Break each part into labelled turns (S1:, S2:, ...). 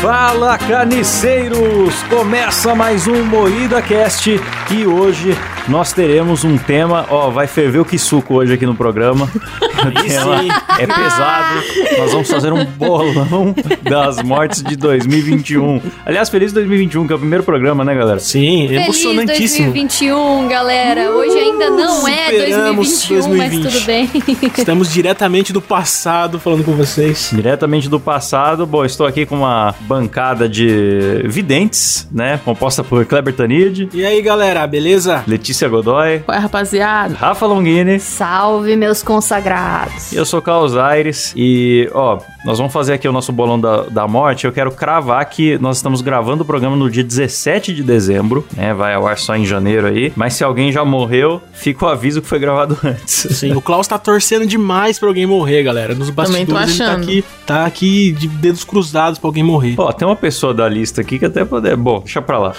S1: Fala carniceiros! Começa mais um Moída Cast e hoje nós teremos um tema, ó, vai ferver o que suco hoje aqui no programa. O tema é pesado. Nós vamos fazer um bolão das mortes de 2021. Aliás, feliz 2021, que é o primeiro programa, né, galera?
S2: Sim,
S3: Feliz
S2: É emocionantíssimo. Uh,
S3: 2021, galera. Hoje ainda não é
S2: Esperamos
S3: 2021,
S2: 2020.
S3: mas tudo bem.
S2: Estamos diretamente do passado falando com vocês.
S1: Diretamente do passado, bom, estou aqui com uma bancada de videntes, né? Composta por Kleber Tanid,
S2: E aí, galera, beleza?
S1: Letícia Godoy,
S4: Qual é, rapaziada?
S1: Rafa Longini
S3: Salve, meus consagrados.
S1: E Eu sou o Carlos Aires e, ó, nós vamos fazer aqui o nosso bolão da, da morte. Eu quero cravar que nós estamos gravando o programa no dia 17 de dezembro, né? Vai ao ar só em janeiro aí. Mas se alguém já morreu, fica o aviso que foi gravado antes.
S2: Sim, o Klaus tá torcendo demais pra alguém morrer, galera. Nos
S4: Também tô
S2: bastidores ele tá
S4: achando.
S2: aqui, tá aqui de dedos cruzados pra alguém morrer.
S1: Ó, tem uma pessoa da lista aqui que até poder. Bom, deixa pra lá.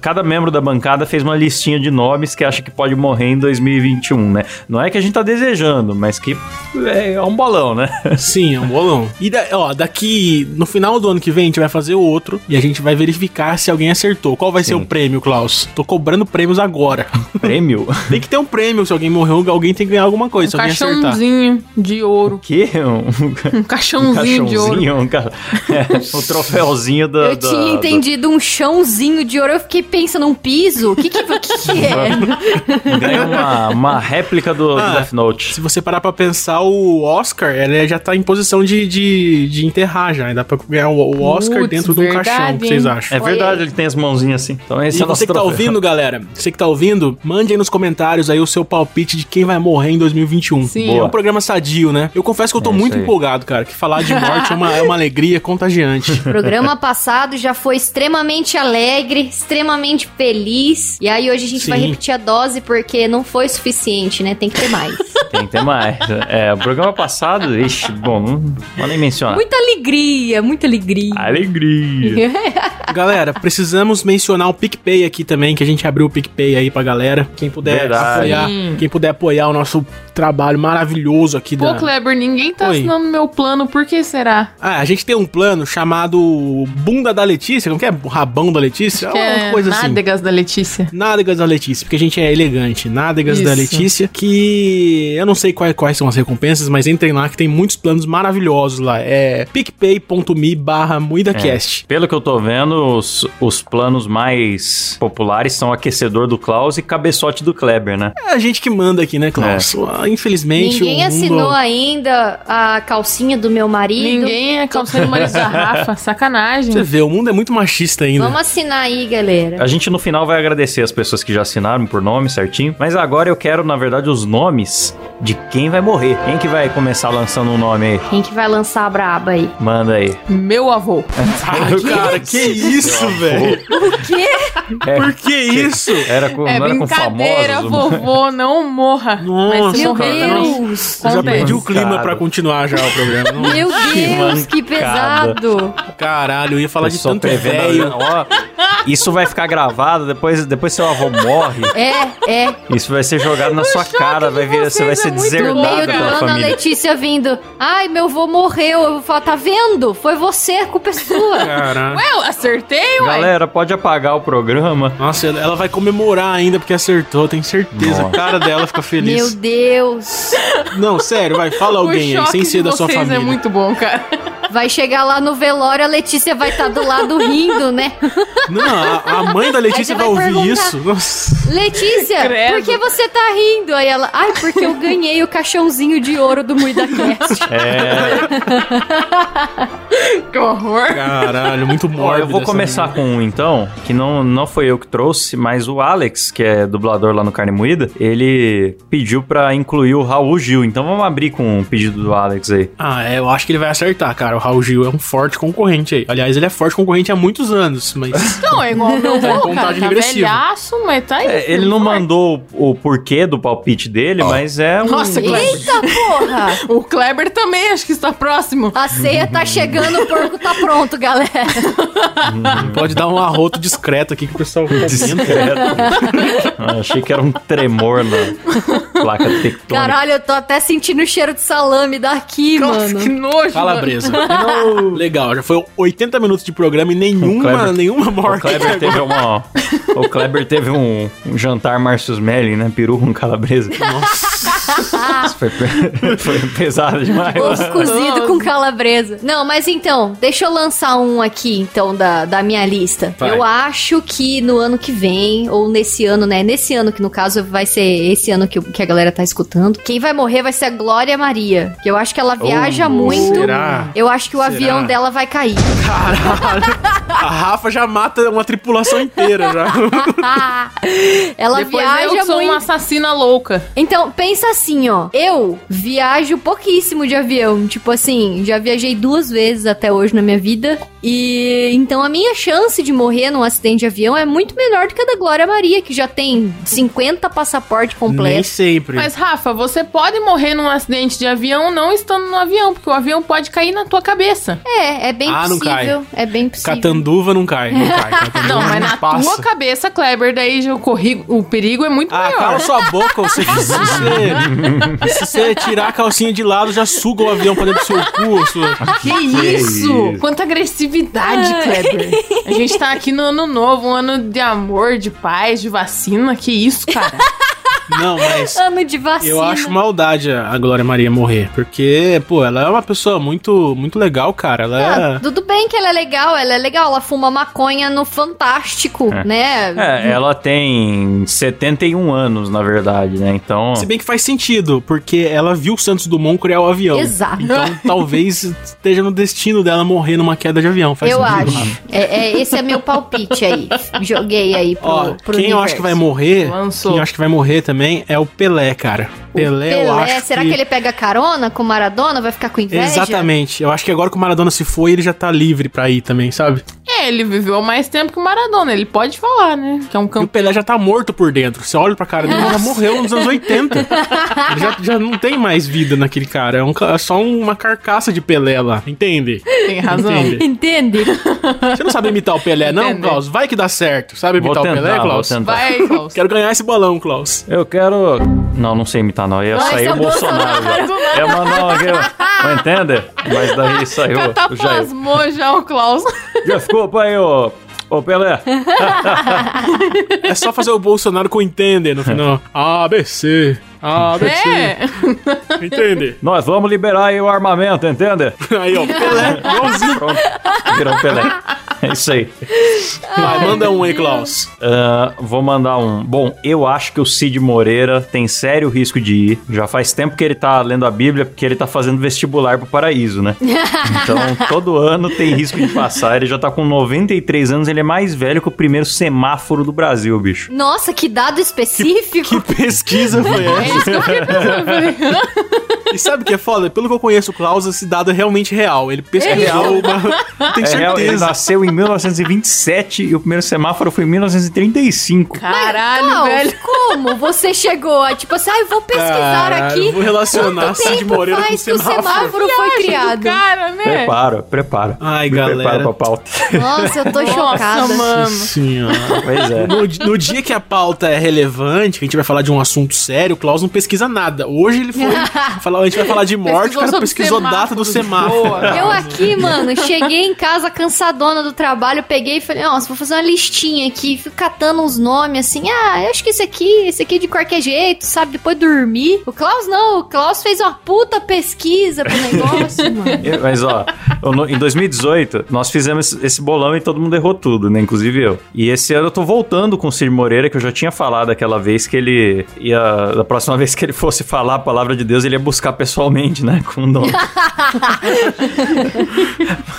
S1: Cada membro da bancada fez uma listinha de nomes que acha que pode morrer em 2021, né? Não é que a gente tá desejando, mas que é, é um bolão, né?
S2: Sim, é um bolão. E da- ó, daqui no final do ano que vem a gente vai fazer outro e a gente vai verificar se alguém acertou. Qual vai ser o prêmio, Klaus? Tô cobrando prêmios agora.
S1: Prêmio?
S2: tem que ter um prêmio se alguém morreu, alguém tem que ganhar alguma coisa, se
S4: um
S2: alguém acertar.
S4: caixãozinho de ouro.
S1: Que? Um...
S4: Um caixãozinho, de ouro.
S1: um ca... é, um troféuzinho da.
S3: Eu
S1: da-
S3: tinha
S1: da-
S3: entendido um chãozinho de ouro, eu fiquei pensando um piso. O que que, o que que é?
S1: Ganha né, uma, uma réplica do,
S2: Ah.
S1: do Death Note.
S2: Se você parar pra pensar, o Oscar, ele já tá em posição de, de, de enterrar já. né? Dá pra ganhar o, o Oscar
S4: Putz,
S2: dentro de um
S4: verdade,
S2: caixão, o que
S4: hein?
S2: vocês acham?
S1: É verdade, ele tem as mãozinhas assim. Então esse
S2: E
S1: é o nosso
S2: você que tá
S1: troféu.
S2: ouvindo, galera, você que tá ouvindo, mande aí nos comentários aí o seu palpite de quem vai morrer em 2021.
S4: Sim.
S2: É
S1: Boa.
S2: um programa sadio, né? Eu confesso que eu tô
S1: É isso
S2: muito
S1: aí.
S2: empolgado, cara, que falar de morte é, uma, é uma alegria contagiante.
S3: programa passado já foi extremamente alegre, extremamente feliz. E aí hoje a gente vai
S2: Sim.
S3: repetir a dose porque não foi suficiente, né? Tem que ter mais.
S2: Tá.
S1: Tem que ter mais. É, o programa passado, ixi, bom, não vou nem mencionar.
S3: muita alegria, muita alegria.
S1: Alegria.
S2: galera, precisamos mencionar o PicPay aqui também, que a gente abriu o PicPay aí pra galera. Quem puder
S1: Verdade.
S2: apoiar,
S4: Sim.
S2: quem puder apoiar o nosso trabalho maravilhoso aqui
S4: Pô,
S2: da,
S4: Kleber, ninguém tá
S2: Oi.
S4: assinando meu plano, por que será?
S2: Ah, a gente tem um plano chamado Bunda da Letícia, como que é? Rabão da Letícia?
S4: Que
S2: É uma
S4: é
S2: coisa assim.
S4: nádegas da Letícia.
S2: Nádegas da Letícia, porque a gente é elegante. Nádegas da
S4: Isso.
S2: Letícia, que eu não sei quais, quais são as recompensas, mas entrem lá que tem muitos planos maravilhosos lá. É picpay.me barra muidacast.
S1: Pelo que eu tô vendo, os, os planos mais populares são aquecedor do Klaus e cabeçote do Kleber, né?
S2: É a gente que manda aqui, né, Klaus? Ah, Infelizmente,
S3: Ninguém
S2: o mundo...
S3: assinou ainda a calcinha do meu marido.
S4: Ninguém é calçando o marido da Rafa, sacanagem.
S2: Você vê, o mundo é muito machista ainda.
S1: né?
S3: Vamos assinar aí, galera.
S1: A gente no final vai agradecer as pessoas que já assinaram por nome certinho, mas agora eu quero, na verdade, os nomes de quem vai morrer. Quem que vai começar lançando um nome aí?
S3: Quem que vai lançar a braba aí?
S1: Manda aí.
S4: Meu avô.
S2: Ah, cara, que isso, velho?
S1: É,
S2: Por que isso?
S1: Era com,
S4: é
S1: não era com
S4: brincadeira,
S1: famosos.
S4: vovô, não morra. Mas
S2: Nossa,
S4: se
S3: Meu
S4: morrer,
S2: cara,
S4: também.
S3: Deus!
S2: Eu já
S4: Acontece.
S2: perdi o clima pra continuar já o programa. Não- é
S3: Meu Deus,
S1: mancada.
S3: que pesado!
S2: Caralho, eu ia falar de
S1: Pessoal
S2: tanto
S1: prevendo,
S2: velho.
S1: ó, isso vai ficar gravado, depois, depois seu avô morre,
S3: É, é.
S1: isso vai ser jogado na sua cara, vai virar, você vai
S4: vocês
S1: ser
S4: é muito
S3: No meio
S1: deserdado
S3: do
S1: pela
S3: ano, a
S1: família.
S3: Letícia vindo. Ai, meu vô morreu. Eu vou falar, tá vendo? Foi você, a culpa é sua.
S2: Caralho.
S4: Ué, eu acertei, ué.
S1: Galera, pode apagar o programa?
S2: Nossa, ela ela vai comemorar ainda porque acertou, tenho certeza.
S1: Nossa.
S2: A cara dela fica
S3: Meu
S2: feliz.
S3: Deus.
S2: Não, sério, vai, fala
S4: o
S2: alguém aí,
S4: choque
S2: sem ser
S4: de
S2: da sua
S4: vocês
S2: família.
S4: é muito bom, cara.
S3: Vai chegar lá no velório, a Letícia vai estar do lado rindo, né?
S2: Não, a, a
S4: É
S2: mãe da Letícia
S3: Aí
S2: vai
S3: você
S2: ouvir
S3: vai perguntar.
S2: isso. Nossa.
S3: Letícia,
S4: Credo.
S3: por que você tá rindo? Aí ela, ai, porque eu ganhei o caixãozinho de ouro do MuidaCast.
S1: É,
S4: Que horror.
S2: Caralho, muito
S1: ó,
S2: mórbido.
S1: eu vou
S2: essa
S1: começar
S2: menina.
S1: com um então, que não, não foi eu que trouxe, mas o Alex, que é dublador lá no Carne Moída, ele pediu pra incluir o Raul Gil, então vamos abrir com o pedido do Alex aí.
S2: Ah, é, eu acho que ele vai acertar, cara. O Raul Gil é um forte concorrente aí. Aliás, ele é forte concorrente há muitos anos, mas.
S4: Então, é igual meu
S2: Tá em
S4: avô, cara.
S2: contagem
S4: Tá
S2: regressiva.
S4: velhaço, mas tá aí.
S1: É, ele não mandou o, o porquê do palpite dele, mas é um.
S4: Nossa, Kleber.
S3: Eita porra!
S4: O Kleber também acho que está próximo.
S3: A ceia tá chegando O porco tá pronto, galera.
S2: Pode dar um arroto discreto aqui que o pessoal tá vendo.
S1: Ah, achei que era um tremor na placa tectônica.
S3: Caralho, eu tô até sentindo o cheiro de salame daqui,
S4: Nossa, que
S3: mano.
S4: nojo. mano.
S2: Calabresa.
S1: Então,
S2: Legal, já foi 80 minutos de programa e nenhuma,
S1: Kleber-
S2: nenhuma
S1: O
S2: morte.
S1: Kleber teve uma. O Kleber teve um, um jantar Márcio Melli, né? Peru com calabresa. Nossa. Foi, pe- foi pesado demais.
S3: Ovo cozido com calabresa. Não, mas então, deixa eu lançar um aqui, então, da, da minha lista.
S1: Vai.
S3: Eu acho que no ano que vem, ou nesse ano, né? Nesse ano, que no caso vai ser esse ano que, o- que a galera tá escutando. Quem vai morrer vai ser a Glória Maria. Que eu acho que ela viaja muito.
S2: será?
S3: Eu acho que o
S2: Será?
S3: avião dela vai cair.
S2: Caralho. A Rafa já mata uma tripulação inteira já.
S3: ela
S4: Depois é
S3: viaja
S4: eu que sou
S3: muito.
S4: uma assassina louca.
S3: Então, pensa assim, ó. Eu viajo pouquíssimo de avião. Tipo assim, já viajei duas vezes até hoje na minha vida. E então a minha chance de morrer num acidente de avião é muito menor do que a da Glória Maria, que já tem 50 passaporte
S2: Nem
S3: completo.
S2: sempre.
S4: Mas, é Rafa, você pode morrer num acidente de avião não estando no avião, porque o avião pode cair na tua cabeça.
S3: É, é bem
S2: Ah, não
S3: possível. É bem possível.
S2: Catanduva não cai, não cai. Catanduva
S4: Não, Então, mas na
S2: passa.
S4: tua cabeça, Kleber, daí já o, corri- o perigo é muito
S2: Ah,
S4: maior.
S2: cala sua boca, você, se, você, se você tirar a calcinha de lado, já suga o avião pra dentro do seu cu. Sua...
S4: Que isso?
S1: isso?
S4: Quanta agressividade, Kleber. A gente tá aqui no ano novo, um ano de amor, de paz, de vacina. Que isso, cara?
S2: Não, mas
S3: Ano de vacina.
S2: eu acho maldade a a Glória Maria morrer. Porque, pô, ela é uma pessoa muito, muito legal, cara. Ela
S3: Ah,
S2: é...
S3: tudo bem que ela é legal, ela é legal, ela fuma maconha no Fantástico,
S1: É.
S3: né?
S1: É, ela tem 71 anos, na verdade, né? Então.
S2: Se bem que faz sentido, porque ela viu o Santos Dumont criar o avião.
S3: Exato.
S2: Então talvez esteja no destino dela morrer numa queda de avião. Faz
S3: eu
S2: sentido,
S3: acho.
S2: Rafa.
S3: É, é- esse é meu palpite aí. Joguei aí pro,
S2: Ó,
S3: pro
S2: quem eu
S3: universo.
S2: acho que vai morrer,
S4: Lançou.
S2: quem eu acho que vai morrer também é o Pelé, cara. Pelé, eu acho
S3: será que... ele pega carona com Maradona? Vai ficar com inveja?
S2: Exatamente. Eu acho que agora que o Maradona se foi, ele já tá livre pra ir também, sabe?
S4: É, ele viveu mais tempo que o Maradona. Ele pode falar, né? Que é
S2: E
S3: Então-
S4: um
S2: o
S4: campo.
S2: Pelé já tá morto por dentro. Você olha pra cara dele, ele já morreu nos anos 80. Ele já, já não tem mais vida naquele cara. É, um ca- é só uma carcaça de Pelé lá. Entende?
S4: Tem razão.
S2: Entende?
S3: Entende?
S2: Você não sabe imitar o Pelé, não,
S4: Entende.
S2: Klaus? Vai que dá certo. Sabe
S1: Vou
S2: imitar o Pelé,
S1: tentar, vou
S2: Klaus?
S1: tentar.
S4: Vai, Klaus.
S2: Quero ganhar esse bolão, Klaus.
S1: Eu quero. Não, não sei imitar, não. Eu
S3: Vai,
S1: saí
S3: seu
S1: o Bolsonaro.
S4: Bolsonaro.
S1: É, mas não, eu... não entende? Mas daí saiu o Jair.
S4: Cataplasmou tá já o Klaus.
S1: Já ficou, pai, ô. Ô, Pelé.
S2: É só fazer o Bolsonaro com entender no final. ABC. ABC.
S4: É.
S2: Entende?
S1: Nós vamos liberar aí o armamento, entende?
S2: Aí, ó, Pelé. Igualzinho.
S1: Pronto. Virou Pelé. É isso aí.
S2: Vai, manda um aí, Klaus.
S1: Ah, vou mandar um. Bom, eu acho que o Cid Moreira tem sério risco de ir. Já faz tempo que ele tá lendo a Bíblia, porque ele tá fazendo vestibular pro paraíso, né? Então, todo ano tem risco de passar. Ele já tá com 93 anos, ele é mais velho que o primeiro semáforo do Brasil, bicho.
S3: Nossa, que dado específico.
S2: Que pesquisa foi
S3: É
S2: essa? e sabe o que é foda? Pelo que eu conheço o Klaus, esse dado é realmente real. Ele
S3: É
S2: pesquisou uma... Tem
S1: É real, ele
S2: certeza.
S1: nasceu em 1927 e o primeiro semáforo foi em 1935.
S4: Caralho,
S3: Klaus,
S4: velho.
S3: como você chegou a, tipo assim, ah, eu vou pesquisar
S2: Caralho,
S3: aqui.
S2: Vou relacionar
S3: Quanto
S2: Cid
S3: tempo
S2: Moreira com
S3: faz que o
S2: semáforo.
S3: semáforo foi
S4: Do
S3: criado?
S4: Cara, né?
S1: Prepara, prepara.
S2: Ai,
S1: Me
S2: galera.
S1: Prepara pra pauta.
S3: Nossa, eu tô chocada.
S4: Nossa, mano.
S2: Senhora.
S1: Pois é.
S2: No, di- no dia que a pauta é relevante, que a gente vai falar de um assunto sério, o Klaus não pesquisa nada. Hoje ele foi. falar, a gente vai falar de morte, o cara
S4: sobre
S2: pesquisou
S4: semáforo.
S2: data do semáforo.
S4: Boa.
S3: Eu aqui, mano, cheguei em casa cansadona do trabalho, peguei e falei, nossa, vou fazer uma listinha aqui, fico catando uns nomes assim, ah, eu acho que esse aqui, esse aqui é de qualquer jeito, sabe? Depois dormir. O Klaus não, o Klaus fez uma puta pesquisa pro negócio, mano.
S1: Eu- Mas ó, eu no- em 2018, nós fizemos esse- esse bolão e todo mundo errou tudo, né? Inclusive eu. E esse ano eu tô voltando com o Cid Moreira, que eu já tinha falado aquela vez que ele ia. Da próxima vez que ele fosse falar a palavra de Deus, ele ia buscar pessoalmente, né? Com o nome.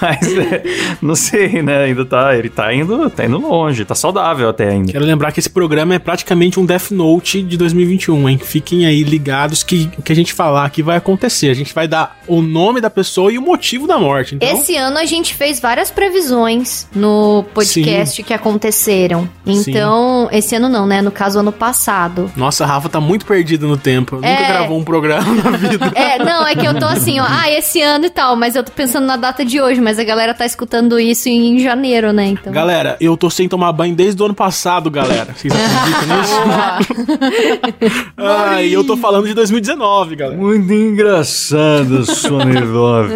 S1: Mas é, não sei, né? Ainda tá. Ele tá indo, tá indo longe, tá saudável até ainda.
S2: Quero lembrar que esse programa é praticamente um Death Note de 2021, hein? Fiquem aí ligados que o que a gente falar aqui vai acontecer. A gente vai dar o nome da pessoa e o motivo da morte. então?
S3: Esse ano a gente fez várias previsões no podcast que aconteceram.
S2: Sim.
S3: Então, esse ano não, né? No caso, ano passado.
S2: Nossa, a Rafa tá muito perdida no tempo. Nunca
S3: É.
S2: gravou um programa na vida.
S3: É, não, é que eu tô assim, ó, ah, esse ano e tal, mas eu tô pensando na data de hoje, mas a galera tá escutando isso em janeiro, né? Então.
S2: Galera, eu tô sem tomar banho desde o ano passado, galera. Vocês acreditam nisso?
S4: Boa.
S2: Ai, eu tô falando de 2019, galera.
S1: Muito engraçado, Sony Love.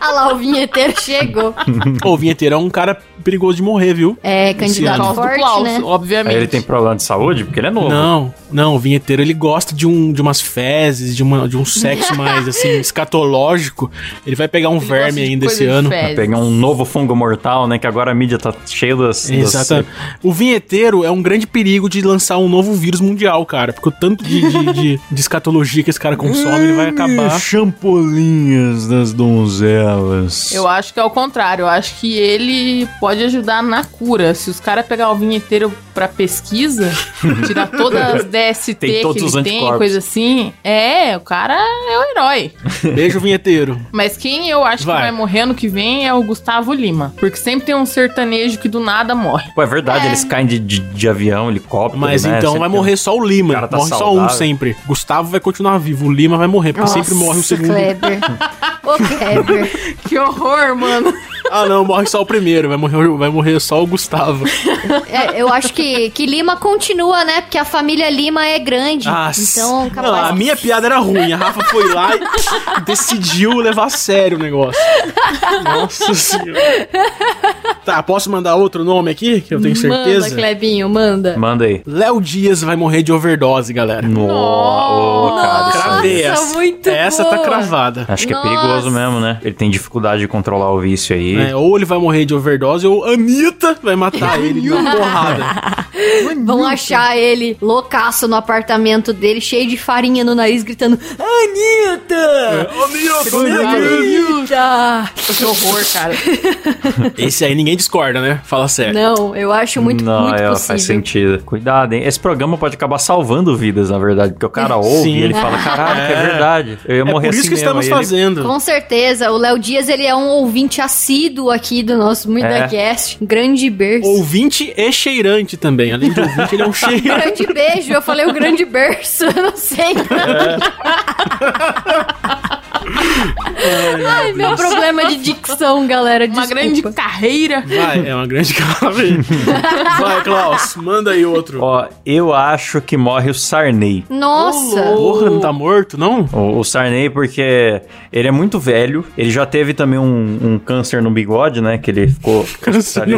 S3: ah lá, o vinheteiro chegou.
S2: Ô, o vinheteiro é um cara perigoso de morrer, viu?
S3: É,
S2: Esse
S3: candidato
S2: ano.
S4: Por causa do
S3: forte,
S4: Klaus,
S3: né?
S1: Aí
S4: obviamente.
S1: ele tem problema de saúde? Porque ele é novo.
S2: Não, não, o vinheteiro ele gosta de, um, de umas fezes, de, uma, de um sexo mais assim, escatológico. Ele vai pegar um
S4: Ele gosta
S2: verme
S4: de
S2: ainda
S4: coisa
S2: esse
S4: de
S2: ano.
S4: fezes.
S1: Pegar um novo fungo mortal, né? Que agora a mídia tá cheia das.
S2: Exatamente.
S1: das-
S2: O vinheteiro é um grande perigo de lançar um novo vírus mundial, cara. Porque o tanto de, de, de- de escatologia que esse cara consome, ele vai acabar.
S1: Hum, Champolinhas das donzelas.
S4: Eu acho que é o contrário. Eu acho que ele pode ajudar na cura. Se os caras pegar o vinheteiro pra pesquisa, tirar todas as DST
S1: Tem todos
S4: que
S1: os
S4: ele tem,
S1: anticorpos.
S4: coisa assim. É, o cara é o herói.
S2: Beijo, vinheteiro.
S4: Mas quem eu acho
S2: Vai.
S4: que vai morrer ano que vem é o Gustavo Lima. Porque sempre tem um sertanejo que do nada morre.
S1: Pô, é verdade, eles caem de, de, de avião, helicóptero.
S2: Mas
S1: né?
S2: então
S1: Sempre
S2: vai
S1: tem um-
S2: morrer só o Lima.
S1: O cara tá
S2: morre só um
S1: saudável.
S2: sempre. Gustavo vai continuar vivo, o Lima vai morrer, porque sempre morre o
S3: Nossa,
S2: segundo.
S3: Kleber. Ô, Kleber.
S4: Que horror, mano.
S2: Ah, não, morre só o primeiro, vai morrer, vai morrer só o Gustavo.
S3: É, eu acho que, que Lima continua, né? Porque a família Lima é grande.
S2: Ah,
S3: então, capaz.
S2: não, a minha piada era ruim. A Rafa foi lá e decidiu levar a sério o negócio. Nossa senhora. Tá, posso mandar outro nome aqui? Que eu tenho
S4: Manda,
S2: certeza.
S4: Clebinho, manda.
S1: Manda aí.
S2: Léo Dias vai morrer de overdose, galera.
S1: No... Ô, cara, isso aí- é-
S2: Cravei
S4: Nossa,
S2: essa.
S4: muito
S2: essa tá
S4: boa.
S2: cravada.
S1: Acho que
S3: Nossa.
S1: é perigoso mesmo, né? Ele tem dificuldade de controlar o vício aí.
S2: É, ou ele vai morrer de overdose, ou Anitta vai matar ele na porrada.
S3: Vão achar ele loucaço no apartamento dele, cheio de farinha no nariz, gritando: Anitta! Anitta!
S4: Que horror, cara.
S2: Esse aí ninguém discorda, né? Fala sério.
S3: Não, eu acho muito,
S1: não,
S3: muito
S1: é,
S3: possível.
S1: faz sentido. Cuidado, hein? Esse programa pode acabar salvando vidas, na verdade, porque o cara ouve
S2: Sim.
S1: e ele fala: caralho, que é
S2: É.
S1: verdade. Eu ia
S2: É por
S1: morrer
S2: isso
S1: assim
S2: que
S1: mesmo.
S2: estamos
S1: Aí ele-
S2: fazendo.
S3: Com certeza, o Léo Dias ele é um ouvinte assíduo aqui do nosso MuidaCast. Grande berço.
S2: Ouvinte e cheirante também. Além de ouvinte, ele é um cheirante.
S3: Grande beijo, eu falei o grande berço, eu não sei.
S1: É.
S3: Ai, meu problema de dicção, galera.
S4: Uma
S3: desculpa.
S4: grande carreira.
S2: Vai, é uma grande caveira. Vai, Klaus, manda aí outro.
S1: Ó, eu acho que morre o Sarney.
S3: Nossa!
S2: Porra, não tá morto, não?
S1: O, o Sarney, porque ele é muito velho, ele já teve também um, um câncer no bigode, né? Que ele ficou. Tá
S3: Câncer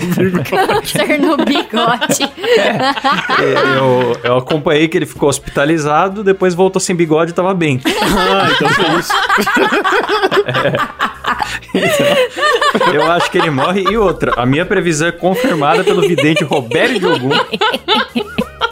S3: no bigode.
S1: É, eu, eu acompanhei que ele ficou hospitalizado, depois voltou sem bigode e tava bem.
S2: Ah, então foi isso.
S1: Eu acho que ele morre. E outra, a minha previsão é confirmada pelo vidente Roberto de Ogum,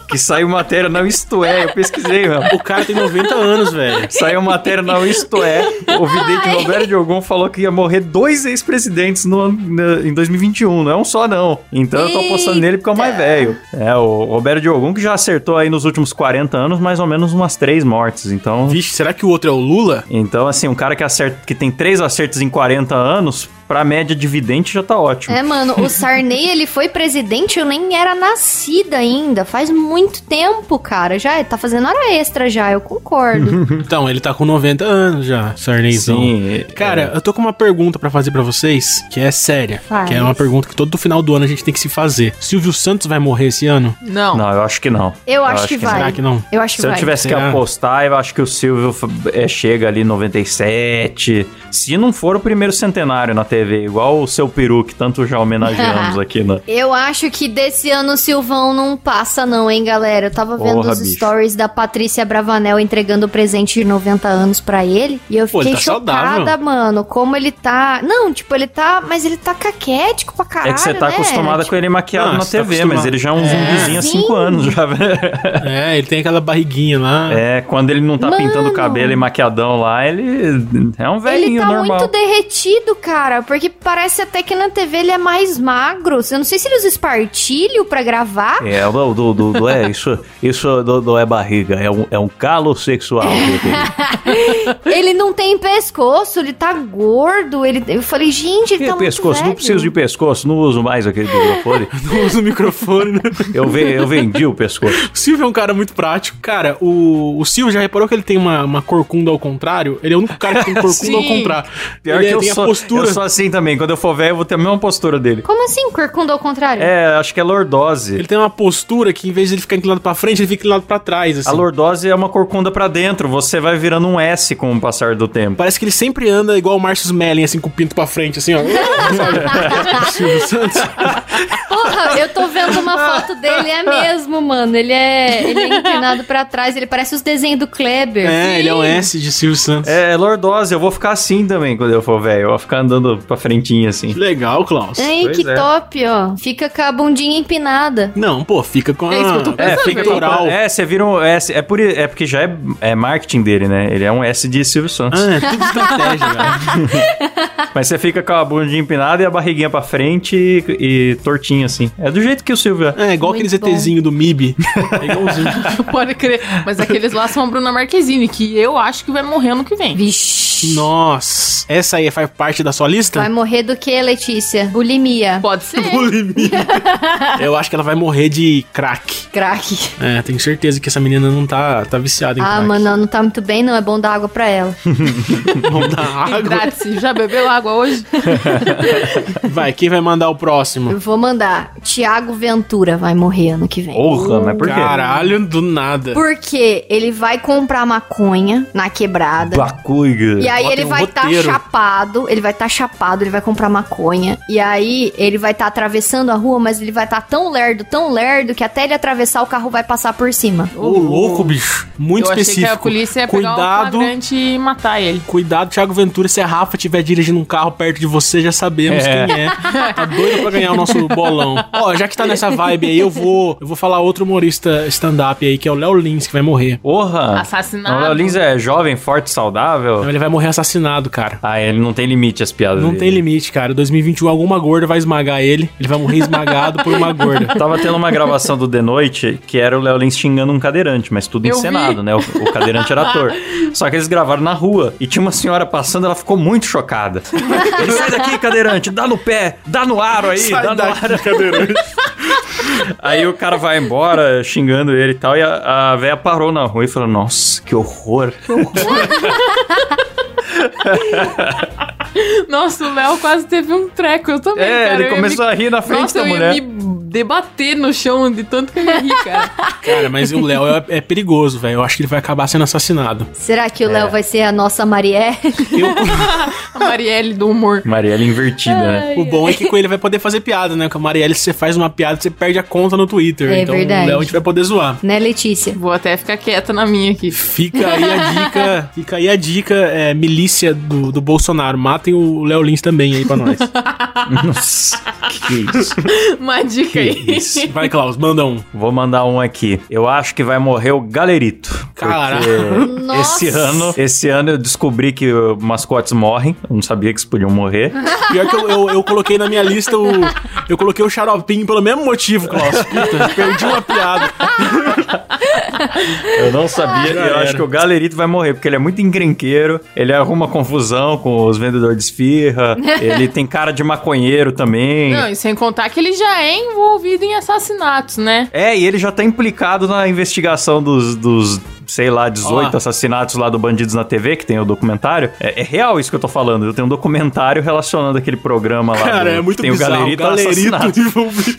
S1: que saiu matéria na Isto É, eu pesquisei, meu.
S2: O cara tem 90 anos, velho.
S1: Saiu matéria na Isto É, o vidente Roberto de Ogum falou que ia morrer dois ex-presidentes no, ano- na- em 2021, não é um só não. Então eu tô apostando nele porque é o mais velho. É, o Roberto de Ogum que já acertou aí nos últimos 40 anos mais ou menos umas três mortes, então...
S2: Vixe, será que o outro é o Lula?
S1: Então, assim, um cara que acerta, que tem três acertos em 40 anos, pra média de vidente já tá ótimo.
S3: É, mano, o Sarney, ele foi presidente, eu nem era nascida ainda. Faz muito tempo, cara. Já tá fazendo hora extra já, eu concordo.
S2: Então, ele tá com 90 anos já, Sarneizão.
S1: Sim, é.
S2: Cara, eu tô com uma pergunta pra fazer pra vocês, que é séria.
S4: Faz.
S2: Que é uma pergunta que todo final do ano a gente tem que se fazer. Silvio Santos vai morrer esse ano?
S4: Não.
S1: Não, eu acho que não.
S3: Eu acho que vai.
S2: Será que não?
S3: Eu acho que
S1: Se eu
S3: vai.
S1: tivesse que
S2: Será?
S1: apostar, eu acho que o Silvio f- é, chega ali 97. Se não for o primeiro centenário na TV, igual o seu peru que tanto já homenageamos aqui, né?
S3: Eu acho que desse ano o Silvão não passa, não, hein, galera? Eu tava vendo
S1: Porra,
S3: os
S1: bicho.
S3: stories da Patrícia Bravanel entregando o presente de 90 anos pra ele. E eu
S2: Pô,
S3: fiquei
S2: ele tá
S3: chocada,
S2: saudável.
S3: mano. Como ele tá. Não, tipo, ele tá. Mas ele tá caquético pra caralho.
S1: é que você tá
S3: né?
S1: acostumada com ele maquiado
S2: Ah,
S1: na
S2: você tá
S1: TV, mas
S2: acostumado.
S1: ele já é um zumbizinho há
S3: Sim.
S1: 5 anos já. né?
S2: É, ele tem aquela barriguinha lá.
S1: é, quando ele não tá pintando o
S3: Mano.
S1: cabelo e maquiadão lá, ele é um velhinho
S3: Ele tá
S1: normal.
S3: muito derretido, cara. porque parece até que na TV ele é mais magro. Eu não sei se ele usa espartilho pra gravar.
S1: É, não, não, não, não é isso. Isso não, não é barriga, é um, é um calo sexual. meu querido. É.
S3: ele não tem pescoço, ele tá gordo. Ele... Eu falei, gente, ele
S1: Que
S3: tá muito
S1: é pescoço? Não
S3: velho.
S1: preciso de pescoço, não uso mais aquele microfone.
S2: Não usa o microfone, né?
S1: Eu, ve- eu vendi o pescoço.
S2: O Silvio é um cara muito prático. Cara, o, o Silvio já reparou que ele tem uma, uma corcunda ao contrário? Ele é o único cara que tem corcunda ao
S4: Sim.
S2: contrário. ele
S1: eu
S2: tem
S1: sou,
S2: a postura.
S1: eu sou assim também. Quando eu for velho, eu vou ter a mesma postura dele.
S3: Como assim, corcunda ao contrário?
S1: É, acho que é lordose.
S2: Ele tem uma postura que, em vez de ele ficar inclinado pra frente, ele fica inclinado pra trás, assim.
S1: A lordose é uma corcunda pra dentro, você vai virando um S com o passar do tempo.
S2: Parece que ele sempre anda igual o Márcio Smelling, assim, com o pinto pra frente, assim, ó. Sabe? O Silvio Santos.
S3: Porra, eu tô vendo uma foto dele, é mesmo, mano. Ele é, ele é inclinado pra trás, ele parece os desenhos do Kleber.
S2: É, ele é um S de Silvio Santos.
S1: É, é lordose, eu vou ficar assim também quando eu for velho. Eu vou ficar andando pra frentinha assim.
S2: Legal, Klaus.
S3: Ai,
S1: Pois
S3: que
S1: é.
S3: top, ó. Fica com a bundinha empinada.
S2: Não, pô, fica com a...
S4: É isso que eu tô
S1: É,
S4: Pensando né?
S1: fica
S4: bem.
S1: total.
S2: Peitoral.
S1: É, você vira um S. É, por, i- é porque já é, é marketing dele, né? Ele é um S de Silvio Santos.
S2: Ah, é tudo estratégia, cara. Ah.
S1: Mas você fica com a bundinha empinada e a barriguinha pra frente e, e tortinha assim. É do jeito que o Silvio é.
S2: É, igual
S4: Muito
S2: aquele ZTzinho do MIB. É igualzinho.
S4: Pode crer. Mas aqueles lá são a Bruna Marquezine, que eu acho que vai morrer ano que vem.
S3: Vixe.
S2: Nossa. Essa aí faz parte da sua lista?
S3: Vai morrer do que, Letícia? Bulimia.
S4: Pode ser.
S2: Bulimia. Eu acho que ela vai morrer de crack.
S3: Crack.
S2: É, tenho certeza que essa menina não tá, tá viciada em
S3: Ah,
S2: crack.
S3: mano, ela não tá muito bem, não. É bom dar água pra ela.
S2: Não dá água.
S4: Hidrate-se. Já bebeu água hoje?
S2: Vai, quem vai mandar o próximo?
S3: Eu vou mandar. Tiago Ventura vai morrer ano que vem.
S1: Porra, mas por quê?
S2: Caralho, do nada.
S3: Porque ele vai comprar maconha na quebrada.
S1: Bacuga.
S3: E aí
S2: Bota
S3: ele
S2: um
S3: vai estar
S2: roteiro.
S3: chapado, ele vai estar chapado, ele vai comprar maconha. E aí ele vai estar atravessando a rua, mas ele vai estar tão lerdo, tão lerdo, que até ele atravessar o carro vai passar por cima.
S2: Ô, louco, bicho. Muito
S4: eu
S2: específico.
S4: achei que a polícia ia pegar o
S2: Cuidado.
S4: flagrante e matar ele.
S2: Cuidado, Thiago Ventura, se a Rafa estiver dirigindo um carro perto de você, já sabemos
S1: É.
S2: quem é. Tá doido pra ganhar o nosso bolão. Ó, já que tá nessa vibe aí, eu vou, eu vou falar outro humorista stand-up aí, que é o Léo Lins, que vai morrer.
S1: Porra.
S4: Assassinado.
S1: Não, o Léo Lins é jovem, forte,
S2: Então
S1: saudável.
S2: ele vai morrer assassinado, cara.
S1: Ah, ele não tem limite as piadas
S2: Não
S1: dele.
S2: tem limite, cara. 2021, alguma gorda vai esmagar ele. Ele vai morrer esmagado por uma gorda.
S1: Tava tendo uma gravação do The Noite que era o Léo Lins xingando um cadeirante, mas tudo
S4: Eu
S1: encenado,
S4: vi.
S1: né? O, o cadeirante era ator. Só que eles gravaram na rua e tinha uma senhora passando, ela ficou muito chocada. Ele sai daqui, cadeirante, dá no pé, dá no aro aí, dá no aro. Aí o cara vai embora xingando ele e tal, e a, a véia parou na rua e falou: Nossa, que horror.
S4: um Nossa, o Léo quase teve um treco. Eu também,
S1: É,
S4: cara. eu
S1: ele
S4: ia
S1: começou
S4: me...
S1: a rir na frente
S4: Nossa,
S1: da
S4: eu
S1: mulher.
S4: ia me debater no chão de tanto que eu ia rir, cara.
S2: Cara, mas o Léo é, é perigoso, velho. Eu acho que ele vai acabar sendo assassinado.
S3: Será
S2: É.
S3: que o Léo vai ser a nossa Marielle?
S4: A Marielle do humor.
S1: Marielle invertida, né?
S2: O bom é que com ele vai poder fazer piada, né? Com a Marielle, se você faz uma piada, você perde a conta no Twitter.
S3: É
S2: então
S3: verdade.
S2: o Léo a gente vai poder zoar.
S3: né, Letícia?
S4: Vou até ficar quieta na minha aqui.
S2: Fica aí a dica, fica aí a dica, é, milícia do, do Bolsonaro, matem o Léo Lins também aí pra nós.
S1: Nossa, que é isso.
S4: Uma dica
S1: Que
S4: aí.
S1: isso.
S2: Vai, Klaus, manda um.
S1: Vou mandar um aqui. Eu acho que vai morrer o Galerito.
S2: Caralho.
S1: porque
S3: Nossa.
S1: Esse ano, esse ano eu descobri que uh, mascotes morrem. Eu não sabia que eles podiam morrer.
S2: Pior que eu, eu, eu coloquei na minha lista o. Eu coloquei o xaropinho pelo mesmo motivo, Klaus. Puta, perdi uma piada.
S1: Tá Eu não sabia.
S2: Já
S1: eu
S2: era.
S1: acho que o Galerito vai morrer, porque ele é muito encrenqueiro. Ele arruma confusão com os vendedores de esfirra. ele tem cara de maconheiro também.
S4: Não, e sem contar que ele já é envolvido em assassinatos, né?
S1: É, e ele já tá implicado na investigação dos, dos sei lá, 18
S2: Ó.
S1: assassinatos lá do Bandidos na TV, que tem o documentário. É, é real isso que eu tô falando. Eu tenho um documentário relacionando aquele programa lá.
S2: Cara,
S1: do-
S2: é muito
S1: tem
S2: bizarro.
S1: o galerito, assassinado.
S2: envolvido.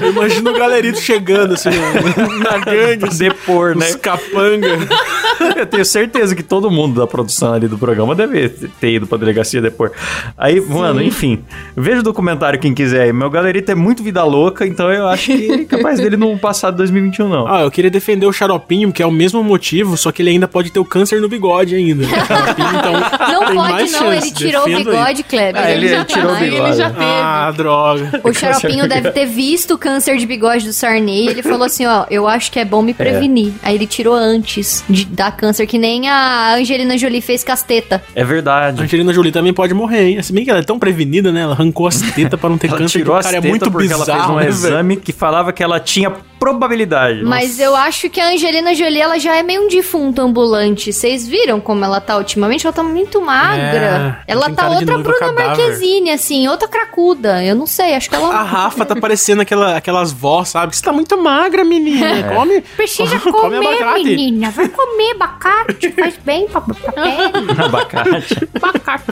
S2: Eu imagino o galerito chegando assim, na gangue.
S1: Pra
S2: assim,
S1: depor, né?
S2: Os capanga.
S1: Eu tenho certeza que todo mundo da produção ali do programa deve ter ido pra delegacia depor. Aí, mano, enfim. Veja o documentário quem quiser aí. Meu galerito é muito vida louca, então eu acho que é capaz dele não passar de 2021, não.
S2: Ah, eu queria defender o xaropinho, que é o mesmo motivo, só que ele ainda pode ter o câncer no bigode ainda. Então,
S3: Não
S2: tem
S3: pode,
S2: mais
S3: não.
S2: chance,
S3: ele tirou o
S2: defendo aí.
S3: bigode, Kleber.
S1: Ah, ele
S4: já
S1: tirou o
S4: tá, ele
S1: bigode.
S4: já teve.
S2: Ah, droga.
S3: O Xaropinho deve ter visto o câncer de bigode do Sarney e ele falou assim, ó, eu acho que é bom me prevenir. Aí ele tirou antes de dar câncer, que nem a Angelina Jolie fez casteta.
S1: É
S2: A
S1: verdade.
S2: Angelina Jolie também pode morrer, hein? Se bem que ela é tão prevenida, né? Ela arrancou as tetas pra não ter
S1: Ela
S2: câncer.
S1: tirou
S2: que o
S1: as
S2: cara
S1: tetas
S2: é muito
S1: porque
S2: bizarro,
S1: ela fez um
S2: né, velho?
S1: exame que falava que ela tinha probabilidade.
S3: Mas eu acho que a Angelina Jolie, ela já é meio um defunto ambulante. Vocês viram como ela tá ultimamente? Ela tá muito magra.
S2: É,
S3: ela
S2: tem
S3: tá
S2: cara de
S3: outra
S2: noiva
S3: Bruna
S2: cadáver.
S3: Marquezine, assim, outra cracuda. Eu não sei, acho que
S2: A
S3: ela
S2: Rafa tá parecendo aquela, aquelas vós, sabe? Você tá muito magra, menina.
S1: É.
S2: Come.
S3: precisa
S2: come
S3: comer,
S2: abacate.
S3: menina. Vai comer abacate, faz bem pra, pra pele.
S1: Abacate.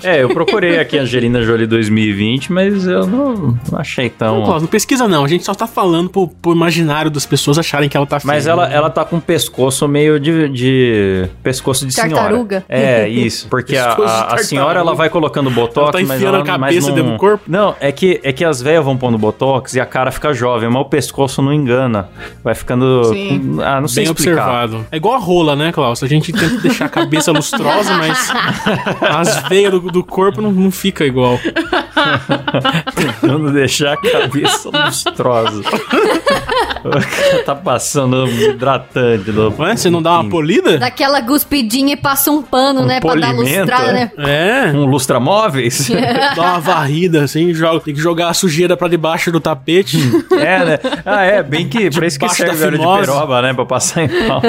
S1: É, eu procurei aqui Angelina Jolie 2020, mas eu não, não achei
S2: Não,
S1: tão.
S2: Klaus, não pesquisa não. A gente só tá falando pro, pro imaginário das pessoas acharem que ela tá feia.
S1: Mas ela, ela tá com um pescoço meio de, de- pescoço de
S3: Tartaruga.
S1: senhora. É, isso. Porque a,
S2: Pescoço de
S1: a- a
S2: tartaruga.
S1: senhora ela vai colocando botox,
S2: Ela tá
S1: mas
S2: enfiando
S1: ela
S2: a
S1: mas
S2: cabeça
S1: não...
S2: dentro do corpo?
S1: Não, é que é que as velhas vão pondo botox e a cara fica jovem, mas o pescoço não engana. Vai ficando
S4: Sim.
S1: com- ah, não sei
S2: Bem
S1: explicar.
S2: observado. É igual a rola, né, Klaus? A gente tenta deixar a cabeça lustrosa, mas as veias do, do corpo não, não fica igual.
S1: Tentando deixar a cabeça lustrosa. O cara tá passando um hidratante no.
S2: Não é? Você não dá uma polida?
S3: Daquela guspidinha e passa um pano, né, pra dar
S1: polimento,
S3: lustrada,
S1: é.
S3: né?
S2: É.
S1: Um lustramóveis?
S2: Dá uma varrida, assim, joga, tem que jogar a sujeira pra debaixo do tapete.
S1: É, né? Ah, é, bem que pra isso que
S2: Debaixo
S1: serve
S2: da
S1: óleo de
S2: fimose.
S1: peroba, né? Pra passar em pau.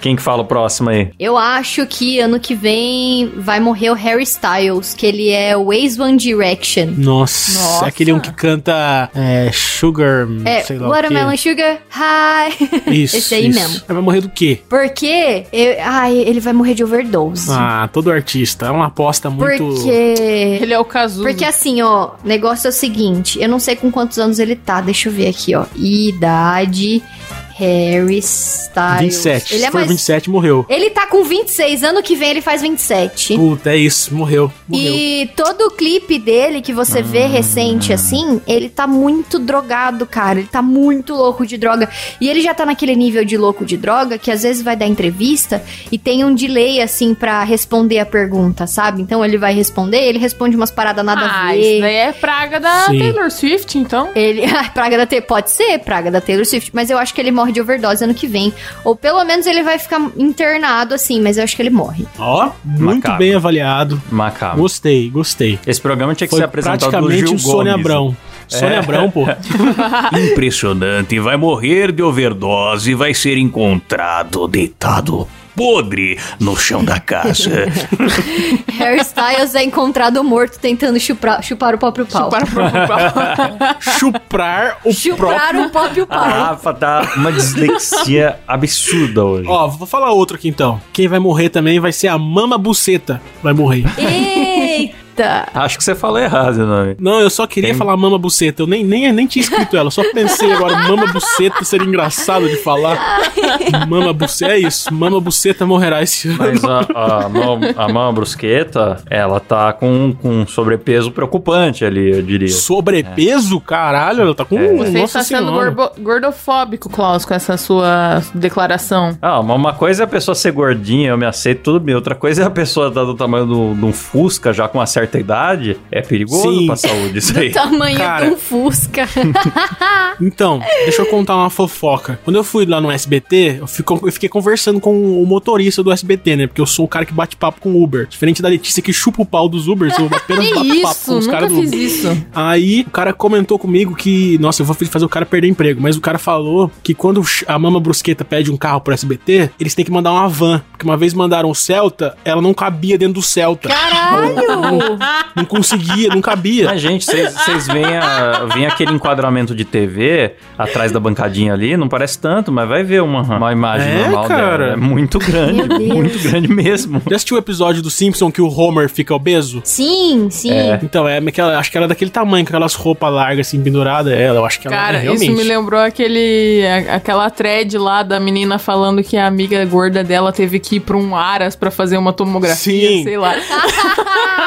S1: Quem que fala o próximo aí?
S3: Eu acho que ano que vem vai morrer o Harry Styles, que ele é o ex One
S2: Hum,
S3: Direction.
S2: Nossa,
S4: Nossa.
S2: aquele um que canta é, Sugar,
S3: É,
S2: sei lá o
S3: Watermelon
S2: quê.
S3: Sugar, hi!
S2: Isso,
S3: Esse aí
S2: isso.
S3: mesmo.
S2: Mas Vai morrer do quê?
S3: Porque, eu- ai, ele vai morrer de overdose.
S2: Ah, todo artista. É uma aposta muito...
S3: Porque...
S4: Ele é o Cazuza.
S3: Porque assim, ó, o negócio é o seguinte, eu não sei com quantos anos ele tá, deixa eu ver aqui, ó. Idade, Harry Styles.
S2: 27.
S3: Ele é
S2: Se for
S3: mais...
S2: 27, morreu.
S3: Ele tá com 26, ano que vem ele faz 27.
S2: Puta, é isso. Morreu. Morreu.
S3: E todo o clipe dele que você vê recente, assim, ele tá muito drogado, cara. Ele tá muito louco de droga. E ele já tá naquele nível de louco de droga que às vezes vai dar entrevista e tem um delay, assim, pra responder a pergunta, sabe? Então ele vai responder, ele responde umas paradas nada a
S4: Ah, isso
S3: ver.
S4: daí é praga da
S2: Sim.
S4: Taylor Swift, então.
S3: Ele, a praga da Taylor, pode ser praga da Taylor Swift, mas eu acho que ele morre de overdose ano que vem. Ou pelo menos ele vai ficar internado, assim, mas eu acho que ele morre.
S2: Ó, muito
S1: Macabro.
S2: bem avaliado.
S1: Macabro.
S2: Gostei, gostei.
S1: Esse programa tinha que
S2: Foi
S1: ser apresentado do
S2: praticamente
S1: Gil
S2: o Sônia
S1: Gomes. né? É.
S2: Abrão. Sônia Abrão, pô.
S5: Impressionante, vai morrer de overdose e vai ser encontrado deitado podre no chão da casa.
S3: Harry Styles é encontrado morto tentando chupar, chupar o próprio pau.
S4: Para pra
S2: Chuprar o próprio...
S3: Chuprar o próprio pau.
S1: A
S2: Ah.
S1: Rafa tá uma dislexia absurda hoje.
S2: Ó, vou falar outro aqui então. Quem vai morrer também vai ser a Mama Buceta. Vai morrer.
S3: Eita!
S1: Acho que você falou errado né? o nome.
S2: Não, eu só queria falar Mama Buceta. Eu nem, nem, nem tinha escrito ela. Eu só pensei agora, Mama Buceta seria engraçado de falar. Mama Buceta. É isso. Mama Buceta morrerá esse ano.
S1: Mas a, a, mão, a mão brusqueta, ela tá com, com um sobrepeso preocupante ali, eu diria.
S2: Sobrepeso? Caralho, ela tá com.
S4: Você
S2: Nossa
S4: está sendo
S2: senhora.
S4: gorbo- gordofóbico, Klaus, com essa sua declaração.
S1: Ah, mas uma coisa é a pessoa ser gordinha, eu me aceito tudo bem. Outra coisa é a pessoa estar do tamanho de um- de um Fusca já com uma certa idade. É perigoso
S2: Sim.
S1: pra saúde isso aí.
S3: Tamanho
S2: Cara.
S3: de um Fusca.
S2: Então, deixa eu contar uma fofoca. Quando eu fui lá no SBT, eu, fico- eu fiquei conversando com o motorista do SBT, né? Porque eu sou o cara que bate papo com o Uber. Diferente da Letícia que chupa o pau dos Ubers, eu
S4: Que
S2: apenas bato papo
S4: isso?
S2: com os
S4: Nunca
S2: caras do
S4: fiz
S2: Uber.
S4: isso.
S2: Aí o cara comentou comigo que, nossa, eu vou fazer o cara perder emprego. Mas o cara falou que quando a Mama Brusqueta pede um carro pro SBT, eles têm que mandar uma van. Porque uma vez mandaram o Celta, ela não cabia dentro do Celta.
S3: Caralho!
S2: Não conseguia, não cabia.
S1: Mas, gente, vocês- vocês veem, a- veem aquele enquadramento de TV atrás da bancadinha ali, não parece tanto, mas vai ver uma, uma imagem
S2: É,
S1: normal
S2: cara.
S1: dela. É muito grande,
S3: Meu Deus.
S1: muito grande mesmo.
S2: Já assistiu o episódio do Simpson que o Homer fica obeso?
S3: sim, sim.
S2: Então, é aquela, acho que ela é daquele tamanho, com aquelas roupas largas, assim, penduradas. É, Ela, eu acho que ela
S4: Cara,
S2: é
S4: isso
S2: realmente.
S4: me lembrou aquele, a- aquela thread lá da menina falando que a amiga gorda dela teve que ir pra um Aras pra fazer uma tomografia,
S2: Sim.
S4: sei lá.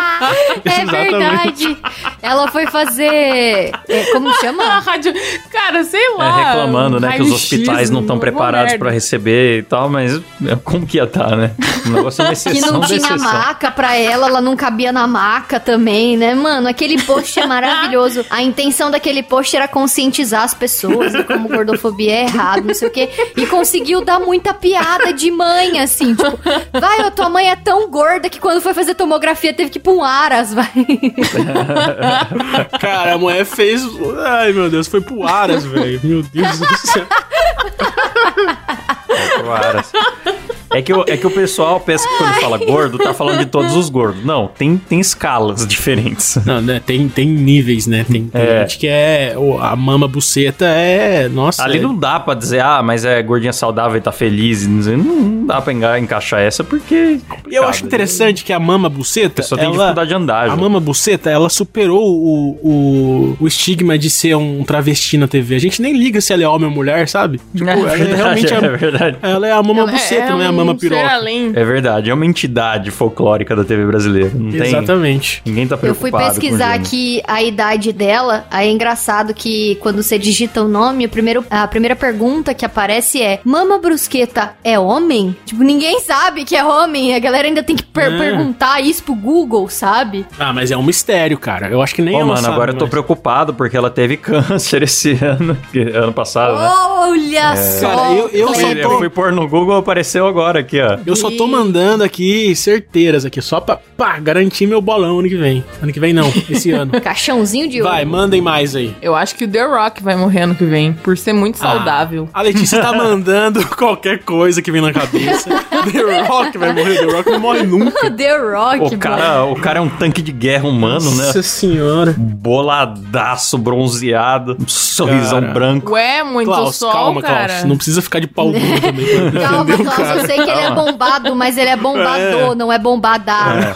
S3: É verdade. Ela foi fazer. é, como
S4: A
S3: chama?
S4: rádio. Cara, sei
S1: É,
S4: lá.
S1: reclamando, né, que os
S4: raio-x,
S1: hospitais não estão
S4: uma
S1: preparados
S4: merda.
S1: pra receber e tal, mas é, como que ia estar, né? O negócio é uma
S3: Que
S1: exceção
S3: não
S1: da
S3: tinha
S1: exceção.
S3: maca pra ela, ela não cabia na maca também, né? Mano, aquele post é maravilhoso. A intenção daquele post era conscientizar as pessoas de como gordofobia é errado, não sei o quê. E conseguiu dar muita piada de mãe, assim. Tipo, vai, a tua mãe é tão gorda que quando foi fazer tomografia teve que ir pra um aras, vai.
S2: Cara, a mulher fez. Ai, meu Deus, foi pro Aras, velho. Meu Deus do céu.
S1: Claro. É que, o, é que o pessoal pensa que quando fala gordo, tá falando de todos os gordos. Não, tem, tem escalas diferentes.
S2: Não, né? Tem, tem níveis, né? Tem, tem
S1: É.
S2: gente que é. o- A mama buceta é. Nossa.
S1: Ali
S2: é-
S1: não dá pra dizer, ah, mas é gordinha saudável e tá feliz. Não, sei, não- não dá pra enga- encaixar essa porque. é
S2: E Eu acho interessante que a mama buceta.
S1: Só tem
S2: ela-
S1: dificuldade de andar,
S2: A
S1: já.
S2: mama buceta, ela superou o, o, o estigma de ser um travesti na TV. A gente nem liga se ela é homem ou mulher, sabe? Tipo,
S1: É
S2: ela é
S1: verdade,
S2: realmente.
S1: é
S2: a-
S1: verdade.
S2: Ela é a mama
S4: Ela
S2: buceta, não é a
S4: um
S2: mama
S4: ser
S2: piroca.
S4: além.
S1: É verdade, é uma entidade folclórica da TV brasileira. Não tem.
S2: Exatamente.
S1: Ninguém tá
S3: Eu
S1: preocupado.
S3: fui
S1: com
S3: pesquisar
S1: gênero.
S3: aqui a idade dela. Aí é engraçado que quando você digita o nome, o primeiro, a primeira pergunta que aparece é: Mama Brusqueta é homem? Tipo, ninguém sabe que é homem. A galera ainda tem que per-
S2: É.
S3: perguntar isso pro Google, sabe?
S2: Ah, mas é um mistério, cara. Eu acho que nem
S1: Ô,
S2: ela
S1: mano,
S2: sabe
S1: agora eu tô
S2: mais.
S1: preocupado porque ela teve câncer esse ano, que- ano passado, né?
S3: Olha
S1: É.
S3: só!
S2: Cara, eu- eu só
S1: Eu
S3: Kleber.
S1: fui- eu fui pôr no Google, apareceu agora aqui, ó.
S2: Eu só tô mandando aqui certeiras aqui, só pra pá, garantir meu bolão ano que vem. Ano que vem não, esse ano.
S3: um Caixãozinho de ouro.
S2: Vai, mandem mais aí.
S4: Eu acho que o The Rock vai morrer ano que vem, por ser muito
S2: Ah.
S4: saudável.
S2: A Letícia tá mandando qualquer coisa que vem na cabeça. The Rock vai morrer, The Rock não morre nunca.
S3: The Rock,
S1: O cara, o cara é um tanque de guerra humano, né?
S2: Nossa senhora.
S1: Boladaço, bronzeado, um sorrisão
S2: Cara.
S1: branco.
S4: Ué, muito
S2: Klaus,
S4: sol,
S2: calma,
S4: cara.
S2: Klaus. Não precisa ficar de pau duro também.
S3: bom. Calma, Klaus, eu sei que ele é bombado, mas ele é bombador, não é bombadado.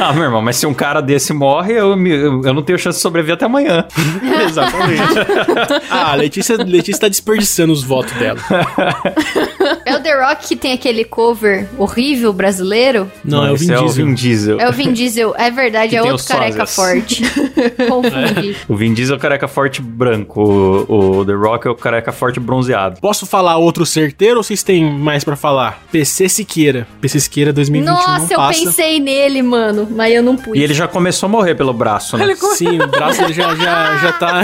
S1: Ah, meu irmão, mas se um cara desse morre, eu, me- eu eu não tenho chance de sobreviver até amanhã.
S2: Exatamente. Ah, a Letícia, Letícia tá desperdiçando os votos dela.
S3: É o The Rock que tem aquele cover horrível brasileiro.
S2: Não, é o
S1: esse
S2: Vin
S1: Vin
S2: Diesel.
S1: Diesel.
S3: É o Vin Diesel, é verdade,
S1: Que
S3: é
S1: tem
S3: outro
S1: os
S3: careca
S1: sósias.
S3: forte. Confundi.
S1: O Vin Diesel é o careca forte branco. O, o The Rock é o careca forte bronzeado.
S2: Posso falar outro certeiro ou vocês têm mais pra falar? PC Siqueira. PC Siqueira 2021 não
S3: Nossa, eu
S2: passa.
S3: pensei nele, mano, mas eu não pude.
S1: E ele já começou a morrer pelo braço, né?
S2: Sim, o braço dele já, já, já tá,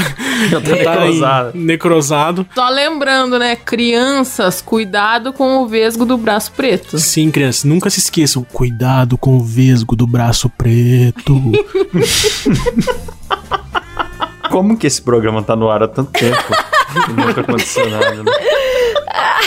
S2: já
S1: tá necrosado.
S2: em- necrosado.
S4: Só lembrando, né? Crianças, cuidado com o vesgo do braço preto.
S2: Sim, crianças, nunca se esqueçam. Cuidado com o vesgo do braço preto.
S1: Como que esse programa tá no ar há tanto tempo? E Nunca aconteceu nada, né?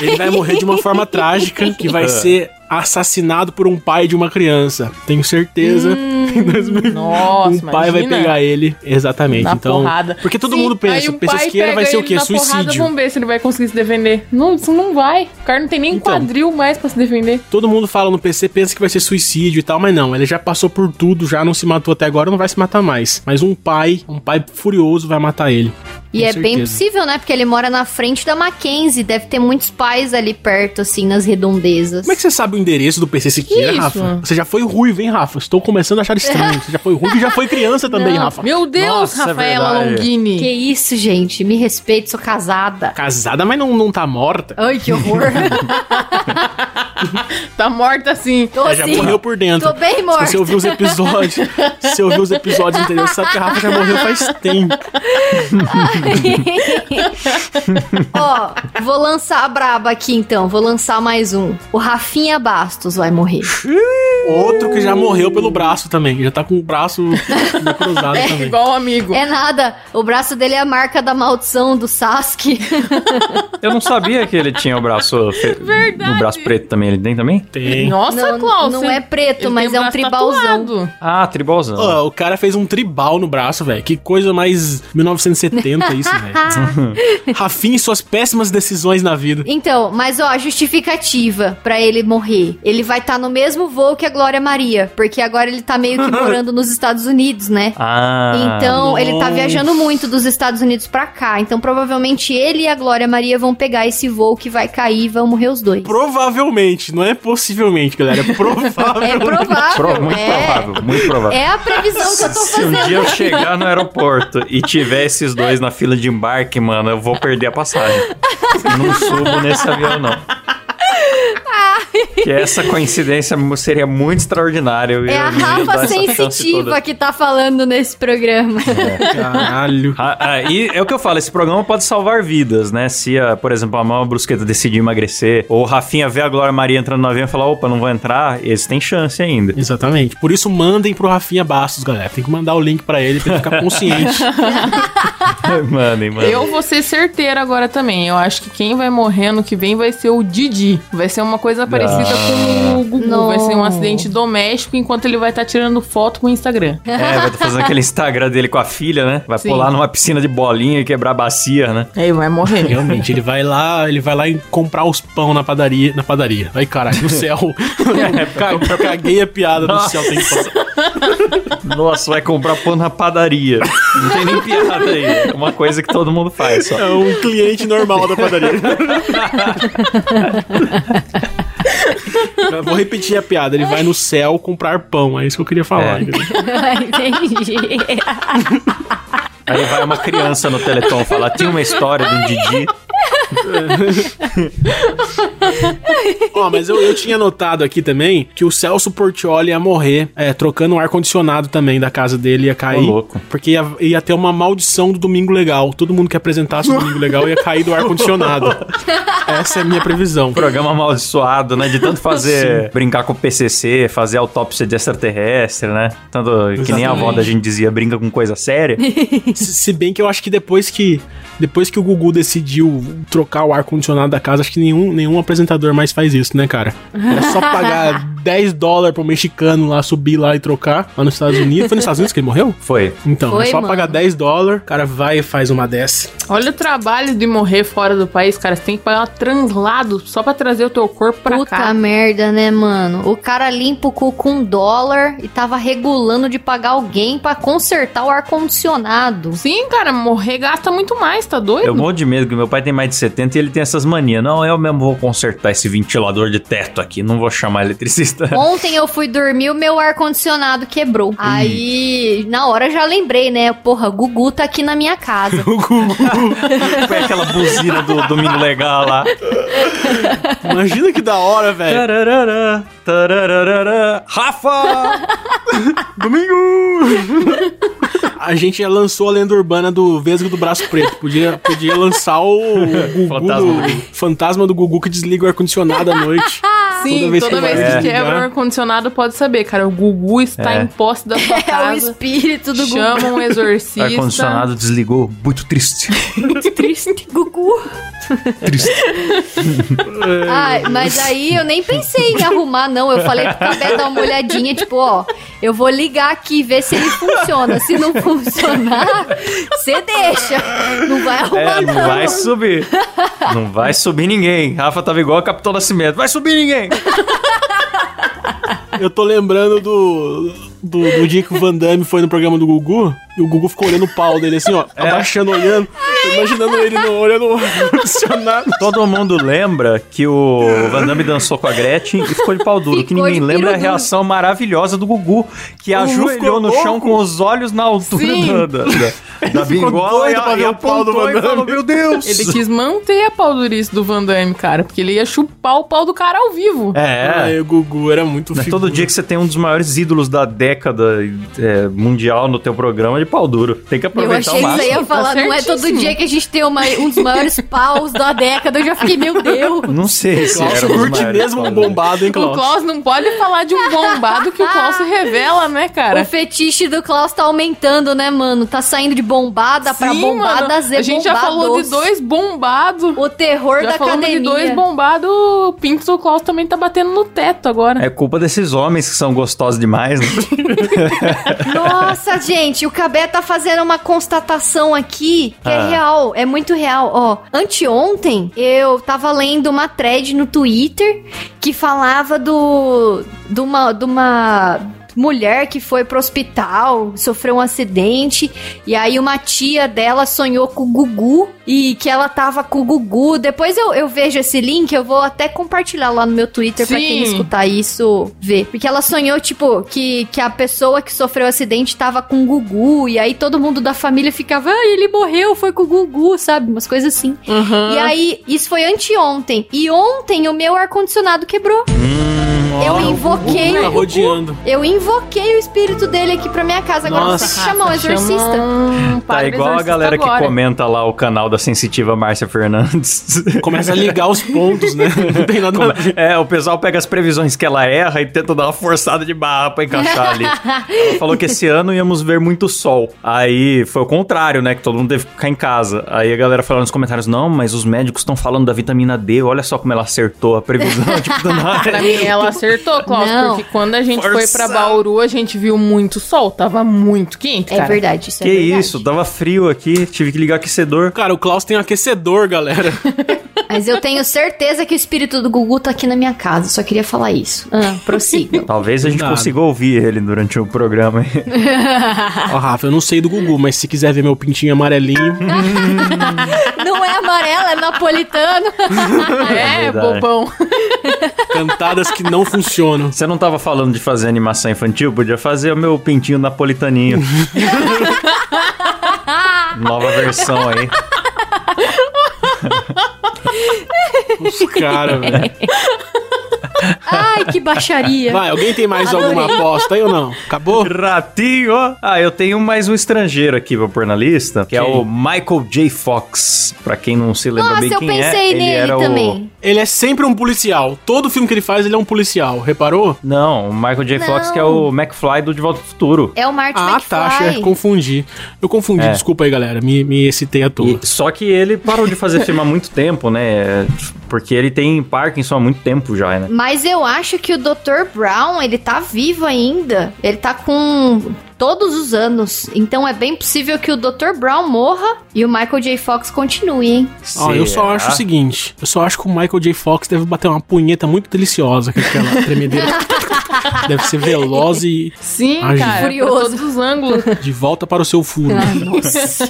S2: Ele vai morrer de uma forma trágica, que vai ser assassinado por um pai de uma criança. Tenho certeza.
S4: Hum.
S2: em 2000.
S4: Nossa,
S2: um pai vai
S4: imagina.
S2: pegar ele. Exatamente.
S4: Na
S2: então,
S4: porrada.
S2: Porque todo
S4: Sim,
S2: mundo
S4: aí
S2: pensa,
S4: um
S2: pensa
S4: pai
S2: que vai
S4: pega
S2: ser o
S4: ele
S2: quê?
S4: na porrada,
S2: Suicídio.
S4: vamos ver se ele vai conseguir se defender. Não, isso não vai. O cara não tem nem
S2: Então.
S4: quadril mais pra se defender.
S2: Todo mundo fala no PC, pensa que vai ser suicídio e tal, mas não, ele já passou por tudo, já não se matou até agora, não vai se matar mais. Mas um pai, um pai furioso vai matar ele.
S3: E
S2: Com
S3: é bem
S2: certeza.
S3: possível, né? Porque ele mora na frente da Mackenzie. Deve ter muitos pais ali perto, assim, nas redondezas.
S2: Como é que você sabe o endereço do PC Siqueira,
S4: Isso.
S2: Rafa? Você já foi ruivo, hein, Rafa? Estou começando a achar estranho. Você já foi ruivo e já foi criança também, Rafa.
S4: Meu Deus,
S1: Nossa, é
S4: Rafaela
S1: verdade.
S4: Longini.
S3: Que isso, gente? Me respeite, sou casada.
S2: Casada, mas não, não tá morta.
S3: Ai, que horror.
S4: Tá morta assim.
S3: Tô
S2: Ela já
S3: assim,
S2: morreu por dentro.
S3: Tô bem morta.
S2: Se você ouviu os episódios, se você ouviu os episódios anteriores, você sabe que a Rafa já morreu faz tempo.
S3: Ó, vou lançar a braba aqui então. Vou lançar mais um. O Rafinha Bastos vai morrer.
S2: Outro que já morreu pelo braço também. Já tá com o braço cruzado também.
S4: Igual um amigo.
S3: É nada. O braço dele é a marca da maldição do Sasuke.
S1: Eu não sabia que ele tinha o braço. fe- O braço preto também, ele tem também?
S2: Tem.
S4: Nossa,
S3: É, não,
S4: Klaus.
S3: não
S4: hein?
S3: é preto,
S4: Ele
S3: mas
S4: tem
S3: é um
S4: braço
S3: tribalzão.
S4: tatuado.
S1: Ah, tribalzão.
S2: Ó, o cara fez um tribal no braço, velho. Que coisa mais 1970 isso,
S3: Ah,
S2: velho. Rafinha e suas péssimas decisões na vida.
S3: Então, mas ó, a justificativa pra ele morrer. Ele vai estar no mesmo voo que a Glória Maria, porque agora ele tá meio que morando nos Estados Unidos, né?
S1: Ah.
S3: Então, ele tá
S2: nossa.
S3: viajando muito dos Estados Unidos pra cá. Então, provavelmente ele e a Glória Maria vão pegar esse voo que vai cair e vão morrer os dois.
S2: Provavelmente, não é possivelmente, galera. É
S3: É
S2: provável.
S3: provável.
S1: Pro- muito
S3: é.
S1: provável, muito provável.
S3: É a previsão que eu tô
S1: Se um
S3: fazendo.
S1: dia eu chegar no aeroporto e tiver esses dois na fila de embarque, mano, eu vou perder a passagem. Não subo nesse avião, não. Que essa coincidência seria muito extraordinária. eu ia-
S3: É a
S1: eu ia dar
S3: Rafa
S1: essa chance toda.
S3: sensitiva que tá falando nesse programa.
S2: Caralho.
S1: Ah, ah, e é o que eu falo, esse programa pode salvar vidas, né? Se, a, por exemplo, a Mama Brusqueta decidir emagrecer, ou o Rafinha vê a Glória Maria entrando no avião e falar, opa, não vou entrar, eles têm chance ainda.
S2: Exatamente. Por isso, mandem pro Rafinha Bastos, galera. Tem que mandar o link pra ele pra ele ficar consciente.
S1: Mandem, mandem.
S4: Eu vou ser certeira agora também. Eu acho que quem vai morrer ano que vem vai ser o Didi. Vai ser uma coisa parecida com o Gugu.
S3: Não.
S4: Vai ser um acidente doméstico enquanto ele vai estar tirando foto com o Instagram.
S1: É, vai tá fazendo aquele Instagram dele com a filha, né? Vai
S4: Sim.
S1: pular numa piscina de bolinha e quebrar a bacia, né?
S4: Aí vai morrer.
S2: Realmente, ele vai lá, ele vai lá em comprar os pão na padaria. Na padaria. Ai, caralho, no céu. Ca- Caguei a piada do
S1: Nossa.
S2: céu, tem pão.
S1: Nossa, vai comprar pão na padaria. Não tem nem piada aí. É uma coisa que todo mundo faz, só.
S2: É um cliente normal da padaria. Eu Vou repetir a piada. Ele vai no céu comprar pão. É isso que eu queria falar.
S1: É.
S2: entendeu?
S3: Entendi.
S1: Aí vai uma criança no Teleton falar, tinha uma história de um Didi.
S2: Ó, mas eu, eu tinha notado aqui também que o Celso Portioli ia morrer é, trocando o ar-condicionado também da casa dele, ia cair.
S1: Ô, louco.
S2: Porque ia, ia ter uma maldição do Domingo Legal. Todo mundo que apresentasse o Domingo Legal ia cair do ar-condicionado. Essa é a minha previsão.
S1: Programa amaldiçoado, né? De tanto fazer brincar com o PCC, fazer autópsia de extraterrestre, né? Tanto que nem a avó da gente dizia, brinca com coisa séria.
S2: Se, se bem que eu acho que depois que depois que o Gugu decidiu trocar o ar-condicionado da casa, acho que nenhum, nenhum apresentador mais faz isso, né, cara? Era só pagar 10 dólares pro mexicano lá subir lá e trocar lá nos Estados Unidos. Foi nos Estados Unidos que ele morreu?
S1: Foi.
S2: Então,
S3: Foi,
S2: é só
S3: mano.
S2: pagar 10 dólares, o cara vai e faz uma dessa.
S4: Olha o trabalho de morrer fora do país, cara. Você tem que pagar um translado só pra trazer o teu corpo pra
S3: Puta
S4: cá.
S3: merda, né, mano? O cara limpa o cu com um dólar e tava regulando de pagar alguém pra consertar o ar-condicionado.
S4: Sim, cara, morrer gasta muito mais, tá doido?
S1: Eu morro de medo, que meu pai tem mais de 70 e ele tem essas manias. Não, eu mesmo vou consertar esse ventilador de teto aqui, não vou chamar eletricista.
S3: Ontem eu fui dormir, o meu ar-condicionado quebrou. Aí, na hora já lembrei, né? Porra, Gugu tá aqui na minha casa.
S2: O Gugu.
S1: Foi aquela buzina do Domingo Legal lá.
S2: Imagina que da hora, velho.
S1: Tararara, tararara, Rafa!
S2: A gente já lançou a lenda urbana do Vesgo do Braço Preto. Podia, podia lançar o Gugu
S1: Fantasma.
S2: do- fantasma do Gugu que desliga o ar-condicionado à noite.
S4: Sim, toda vez,
S2: vai
S4: que, quebra o
S2: desligar.
S4: ar-condicionado, pode saber, cara. O Gugu está
S1: É.
S4: em posse da sua
S3: É o
S4: casa.
S3: espírito do Gugu.
S4: Chama um
S1: O
S4: exorcista.
S1: ar-condicionado desligou, muito triste.
S3: Triste Gugu. Ai, mas aí eu nem pensei em arrumar, não. Eu falei pro Cabé dar uma olhadinha, tipo, ó, eu vou ligar aqui e ver se ele funciona. Se não funcionar, você deixa. Não vai arrumar,
S1: É, não
S3: não.
S1: vai subir. Não vai subir ninguém. Rafa tava igual o Capitão Nascimento. Vai subir ninguém!
S2: Eu tô lembrando do, do, do dia que o Van Damme foi no programa do Gugu e o Gugu ficou olhando o pau dele assim, ó,
S1: É.
S2: abaixando, olhando. Tô imaginando ele no olhando o ar-condicionado.
S1: Todo mundo lembra que o Van Damme dançou com a Gretchen e ficou de pau duro. O que
S3: Ficou
S1: ninguém
S3: de
S1: lembra é a
S3: pirudu.
S1: reação maravilhosa do Gugu, que ajoelhou
S2: ficou
S1: no
S2: louco.
S1: chão com os olhos na altura
S4: Sim.
S1: da, da, da- da bingola
S2: doido
S1: e,
S2: pra
S1: a- e
S2: ver o pau do
S1: apontou
S2: Van
S1: e falou,
S2: Damme.
S1: meu Deus!
S4: Ele quis manter a pau durice do Van Damme, cara, porque ele ia chupar o pau do cara ao vivo.
S1: É, é.
S2: Ai, o Gugu era muito
S1: Não é
S2: figura.
S1: todo dia que você tem um dos maiores ídolos da década é, mundial no teu programa é de pau duro. Tem que
S3: Eu
S1: aproveitar
S3: achei
S1: o
S3: que você
S1: máximo.
S3: ia falar,
S4: Tá
S3: não é todo
S4: certíssimo.
S3: dia que a gente tem uma- um dos maiores paus da década. Eu já fiquei, meu Deus.
S1: Não sei se
S2: Klaus
S1: era um dos
S2: curte
S1: maiores
S2: mesmo
S1: pau
S2: um
S1: duro.
S2: bombado, hein,
S4: O
S2: Klaus?
S4: Klaus não pode falar de um bombado que o Klaus se revela, né,
S3: O
S4: cara?
S3: fetiche do Klaus tá aumentando, né, mano? Tá saindo de bombada pra
S4: Sim,
S3: bombada
S4: mano,
S3: Z
S4: a gente já falou de
S3: bombados.
S4: dois bombados.
S3: O terror
S4: Já
S3: da
S4: falamos
S3: academia.
S4: de dois bombados. O pinto do Klaus também tá batendo no teto agora.
S1: É culpa desses homens que são gostosos demais, né?
S3: Nossa, gente, o Cabé tá fazendo uma constatação aqui que
S1: Ah.
S3: é real, é muito real. Ó, anteontem eu tava lendo uma thread no Twitter que falava do. de uma. De uma mulher que foi pro hospital, sofreu um acidente, e aí uma tia dela sonhou com o Gugu e que ela tava com o Gugu. Depois eu, eu vejo esse link, eu vou até compartilhar lá no meu Twitter pra
S4: Sim.
S3: quem escutar isso ver. Porque ela sonhou, tipo, que, que a pessoa que sofreu o acidente tava com o Gugu, e aí todo mundo da família ficava, ah, ele morreu, foi com o Gugu, sabe? Umas coisas assim.
S4: Uhum.
S3: E aí, isso foi anteontem. E ontem o meu ar-condicionado quebrou. eu invoquei
S2: Tá
S3: o Gugu.
S2: rodeando.
S3: Eu invoquei o espírito dele aqui pra minha casa. Agora
S2: Nossa.
S3: você tem que chamar um exorcista.
S4: Chama um
S1: Tá
S4: padre
S1: igual a
S4: exorcista
S1: galera
S4: agora.
S1: que comenta lá o canal da sensitiva Márcia Fernandes.
S2: Começa a ligar os pontos, né? Não tem nada a ver.
S1: É, o pessoal pega as previsões que ela erra e tenta dar uma forçada de barra pra encaixar ali. Ela falou que esse ano íamos ver muito sol. Aí foi o contrário, né? Que todo mundo teve que ficar em casa. Aí a galera falou nos comentários: não, mas os médicos estão falando da vitamina D, olha só como ela acertou a previsão. tipo, do
S4: Pra
S1: nada.
S4: mim, ela acertou, Klaus,
S3: Não.
S4: porque quando a gente foi pra
S1: Forçado.
S4: Bauru, a gente viu muito sol. Tava muito quente,
S3: É
S4: cara.
S3: verdade, isso
S1: Que
S3: é verdade.
S1: isso, tava frio aqui, tive que ligar o aquecedor.
S2: Cara, o Klaus tem um aquecedor, galera.
S3: Mas eu tenho certeza que o espírito do Gugu tá aqui na minha casa. Só queria falar isso. Ah, prossigam.
S1: Talvez a gente
S2: Nada.
S1: consiga ouvir ele durante o programa.
S2: Ó, Rafa, eu não sei do Gugu, mas se quiser ver meu pintinho amarelinho,
S3: Não é amarelo, é napolitano.
S4: É,
S1: Verdade.
S4: bobão.
S2: cantadas que não funcionam.
S1: Você não tava falando de fazer animação infantil? Podia fazer o meu pintinho napolitaninho. Nova versão aí.
S2: Os caras, velho.
S3: Ai, que baixaria.
S2: Vai, alguém tem mais alguma aposta aí ou não? Acabou?
S1: Ratinho! Ah, eu tenho mais um estrangeiro aqui pra pôr na lista, que é
S2: Quem?
S1: o Michael J. Fox. Pra quem não se lembra
S3: Nossa,
S1: bem
S3: eu
S1: quem é,
S3: pensei
S1: ele
S3: nele
S1: era o...
S3: também.
S2: Ele é sempre um policial. Todo filme que ele faz, ele é um policial. Reparou?
S1: Não, o Michael J. Fox
S3: Não.
S1: que é o McFly do De Volta pro Futuro.
S3: É o Martin
S2: Ah,
S3: McFly.
S2: tá, achei, confundi. Eu confundi,
S1: É.
S2: desculpa aí, galera. Me, me excitei à toa.
S1: E- só que ele parou de fazer filme há muito tempo, né? Porque ele tem Parkinson há muito tempo já, né?
S3: Mas eu acho que o Dr. Brown, ele tá vivo ainda. Ele tá com todos os anos. Então é bem possível que o Dr. Brown morra e o Michael J. Fox continue, hein?
S2: Ó, eu só acho o
S1: Será?
S2: seguinte: eu só acho que o Michael J. Fox deve bater uma punheta muito deliciosa com aquela tremedeira. deve ser veloz e
S4: Sim,
S2: Ai,
S4: cara.
S3: gente.
S4: Furioso. todos os ângulos.
S2: de volta para o seu furo.
S3: nossa.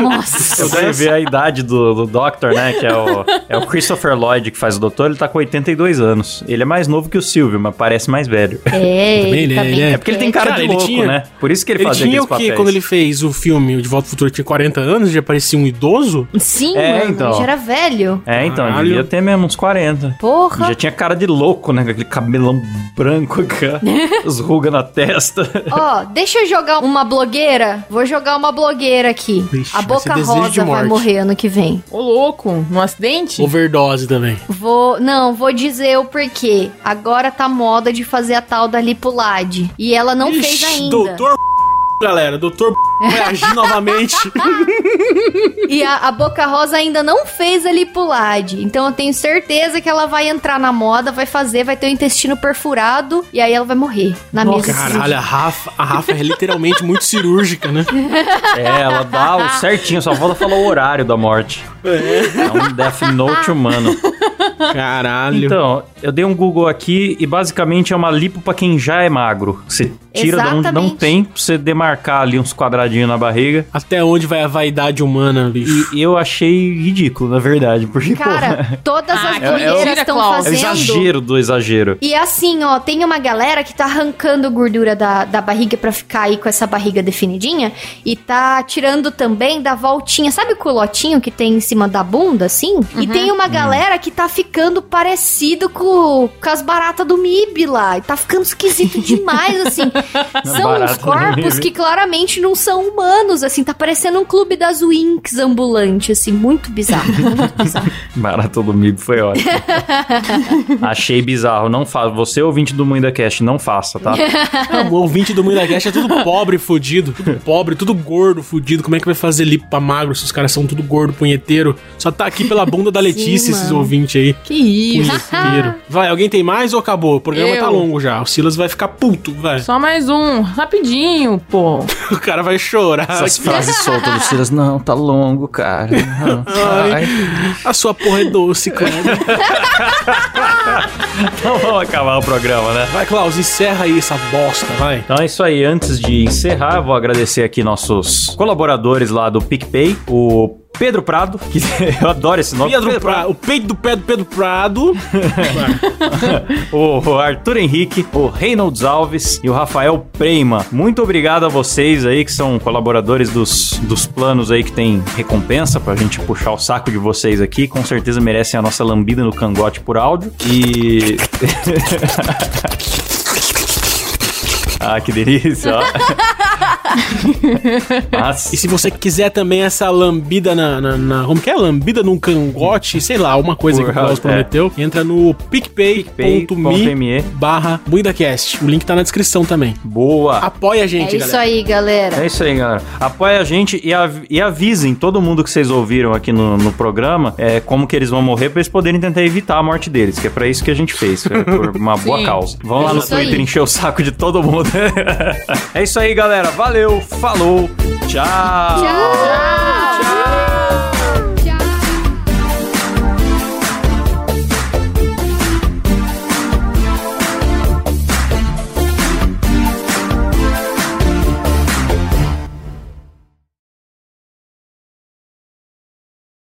S3: nossa.
S1: Eu fui ver a idade do, do Doctor, né? Que é o, é o Christopher Lloyd que faz o Doutor. Ele tá com 82 anos. Ele é mais novo que o Silvio, mas parece mais velho.
S3: É,
S2: Também
S3: ele
S2: ele
S3: tá
S2: é-
S3: bem
S2: ele
S1: É porque ele tem cara,
S2: Cara,
S1: de
S2: ele
S1: louco,
S2: tinha-
S1: né? Por isso que ele,
S2: Ele
S1: fazia
S2: tinha o
S1: aqueles
S2: que
S1: papéis.
S2: quando ele fez o filme o De Volta ao Futuro tinha 40 anos, já parecia um idoso?
S3: Sim,
S1: É,
S3: mano,
S1: então.
S3: ele já era velho.
S1: É, então,
S2: Caralho.
S1: ele ia ter mesmo uns 40.
S3: Porra.
S1: Já tinha cara de louco, né? Com aquele cabelão branco, cara. as rugas na testa.
S3: Ó, deixa eu jogar uma blogueira. Vou jogar uma blogueira aqui.
S2: Vixe,
S3: a
S2: vai ser
S3: Boca
S2: desejo de
S3: Rosa vai
S2: morte.
S3: morrer ano que vem.
S4: Ô, louco, no acidente?
S2: Overdose também.
S3: Vou, não, vou dizer o porquê. Agora tá moda de fazer a tal da Lipulade. E ela não fez
S2: Ixi,
S3: ainda.
S2: Doutor galera, doutor vai agir novamente.
S3: E a, a Boca Rosa ainda não fez a Lipulade. Então eu tenho certeza que ela vai entrar na moda, vai fazer, vai ter o intestino perfurado. E aí ela vai morrer na mesa. de cirurgia.
S2: Caralho, a Rafa, a Rafa é literalmente muito cirúrgica, né?
S1: é, ela dá o certinho, só falta falar o horário da morte. É. um Death Note humano.
S2: Caralho.
S1: Então, eu dei um Google aqui e basicamente é uma lipo pra quem já é magro. Você tira de onde não
S3: Exatamente.
S1: tem, pra você demarcar ali uns quadradinhos na barriga.
S2: Até onde vai a vaidade humana, bicho?
S1: E eu achei ridículo, na verdade, porque, pô,
S3: Cara, todas
S4: Ah,
S3: as
S4: é- é o-
S3: blogueiras
S4: Tira,
S3: estão
S4: Klaus.
S1: é o
S3: fazendo.
S1: exagero do exagero.
S3: E assim, ó, tem uma galera que tá arrancando gordura da, da barriga pra ficar aí com essa barriga definidinha. E tá tirando também da voltinha. Sabe o colotinho que tem em cima da bunda, assim? E
S1: Uhum.
S3: tem uma galera que tá ficando parecido com, com as baratas do MIB lá. E tá ficando esquisito demais, assim. são
S1: Barata
S3: uns
S1: é do
S3: corpos
S1: MIB.
S3: que claramente não são humanos, assim. Tá parecendo um clube das Winx ambulante, assim. Muito bizarro, muito bizarro.
S1: Maratona do Mib foi ótimo. achei bizarro, não faça. Você, ouvinte do Moinda Cast, não faça, tá?
S2: Ah, o ouvinte do Mundo da Cast é tudo pobre, fudido. Tudo pobre, tudo gordo, fudido. Como é que vai fazer lipo pra magro se os caras são tudo gordo, punheteiro? Só tá aqui pela bunda da Letícia esses
S3: mano.
S2: ouvintes aí.
S4: Que isso.
S2: Punheteiro. Vai, alguém tem mais ou acabou? O programa
S4: Eu.
S2: tá longo já. O Silas vai ficar puto, vai.
S4: Só mais um, rapidinho, pô.
S2: O cara vai chorar.
S1: Essas frases soltas do Silas. Não, tá longo, cara. Não,
S2: Ai.
S1: vai."
S2: A sua porra é doce, cara.
S1: Então vamos acabar o programa, né?
S2: Vai, Klaus, encerra aí essa bosta, vai.
S1: Então é isso aí. Antes de encerrar, vou agradecer aqui nossos colaboradores lá do PicPay, o Pedro Prado, que eu adoro esse nome.
S2: Pedro Prado, o peito do pé do Pedro Prado.
S1: o Arthur Henrique, o Reynolds Alves e o Rafael Preima. Muito obrigado a vocês aí que são colaboradores dos, dos planos aí que tem recompensa pra gente puxar o saco de vocês aqui. Com certeza merecem a nossa lambida no cangote por áudio. E. ah, que delícia! ó. Mas...
S2: E se você quiser também essa lambida na, na- na- Como que é? Lambida num cangote, sei lá, uma coisa que o
S1: Porra,
S2: Klaus
S1: é.
S2: prometeu. Entra no picpay.me
S1: pay.me
S2: barra BuidaCast. O link tá na descrição também.
S1: Boa!
S2: Apoia a gente,
S3: é isso
S2: galera.
S3: aí, galera.
S1: É isso aí, galera. Apoia a gente e, av- e avisem todo mundo que vocês ouviram aqui no, no programa é, como que eles vão morrer pra eles poderem tentar evitar a morte deles, que é pra isso que a gente fez, é, por uma boa
S4: Sim.
S1: causa. Vão lá
S3: É
S1: no
S3: isso
S1: Twitter
S3: aí.
S1: encher o saco de todo mundo. é isso aí, galera. Valeu, falou, tchau.
S3: Tchau. Tchau.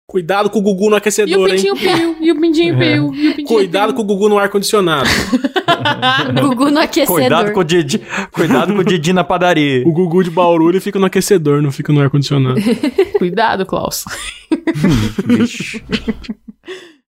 S2: Cuidado com o Gugu no
S4: E o
S2: aquecedor, hein?
S4: pintinho piu, e o pintinho piu, e o pintinho
S2: Cuidado
S4: piu.
S2: com o Gugu no ar-condicionado.
S3: Gugu no aquecedor.
S1: Cuidado com o Didi, cuidado com o Didi na padaria.
S2: O Gugu de Bauru, ele fica no aquecedor, não fica no ar-condicionado.
S4: Cuidado, Klaus.
S1: Vixe.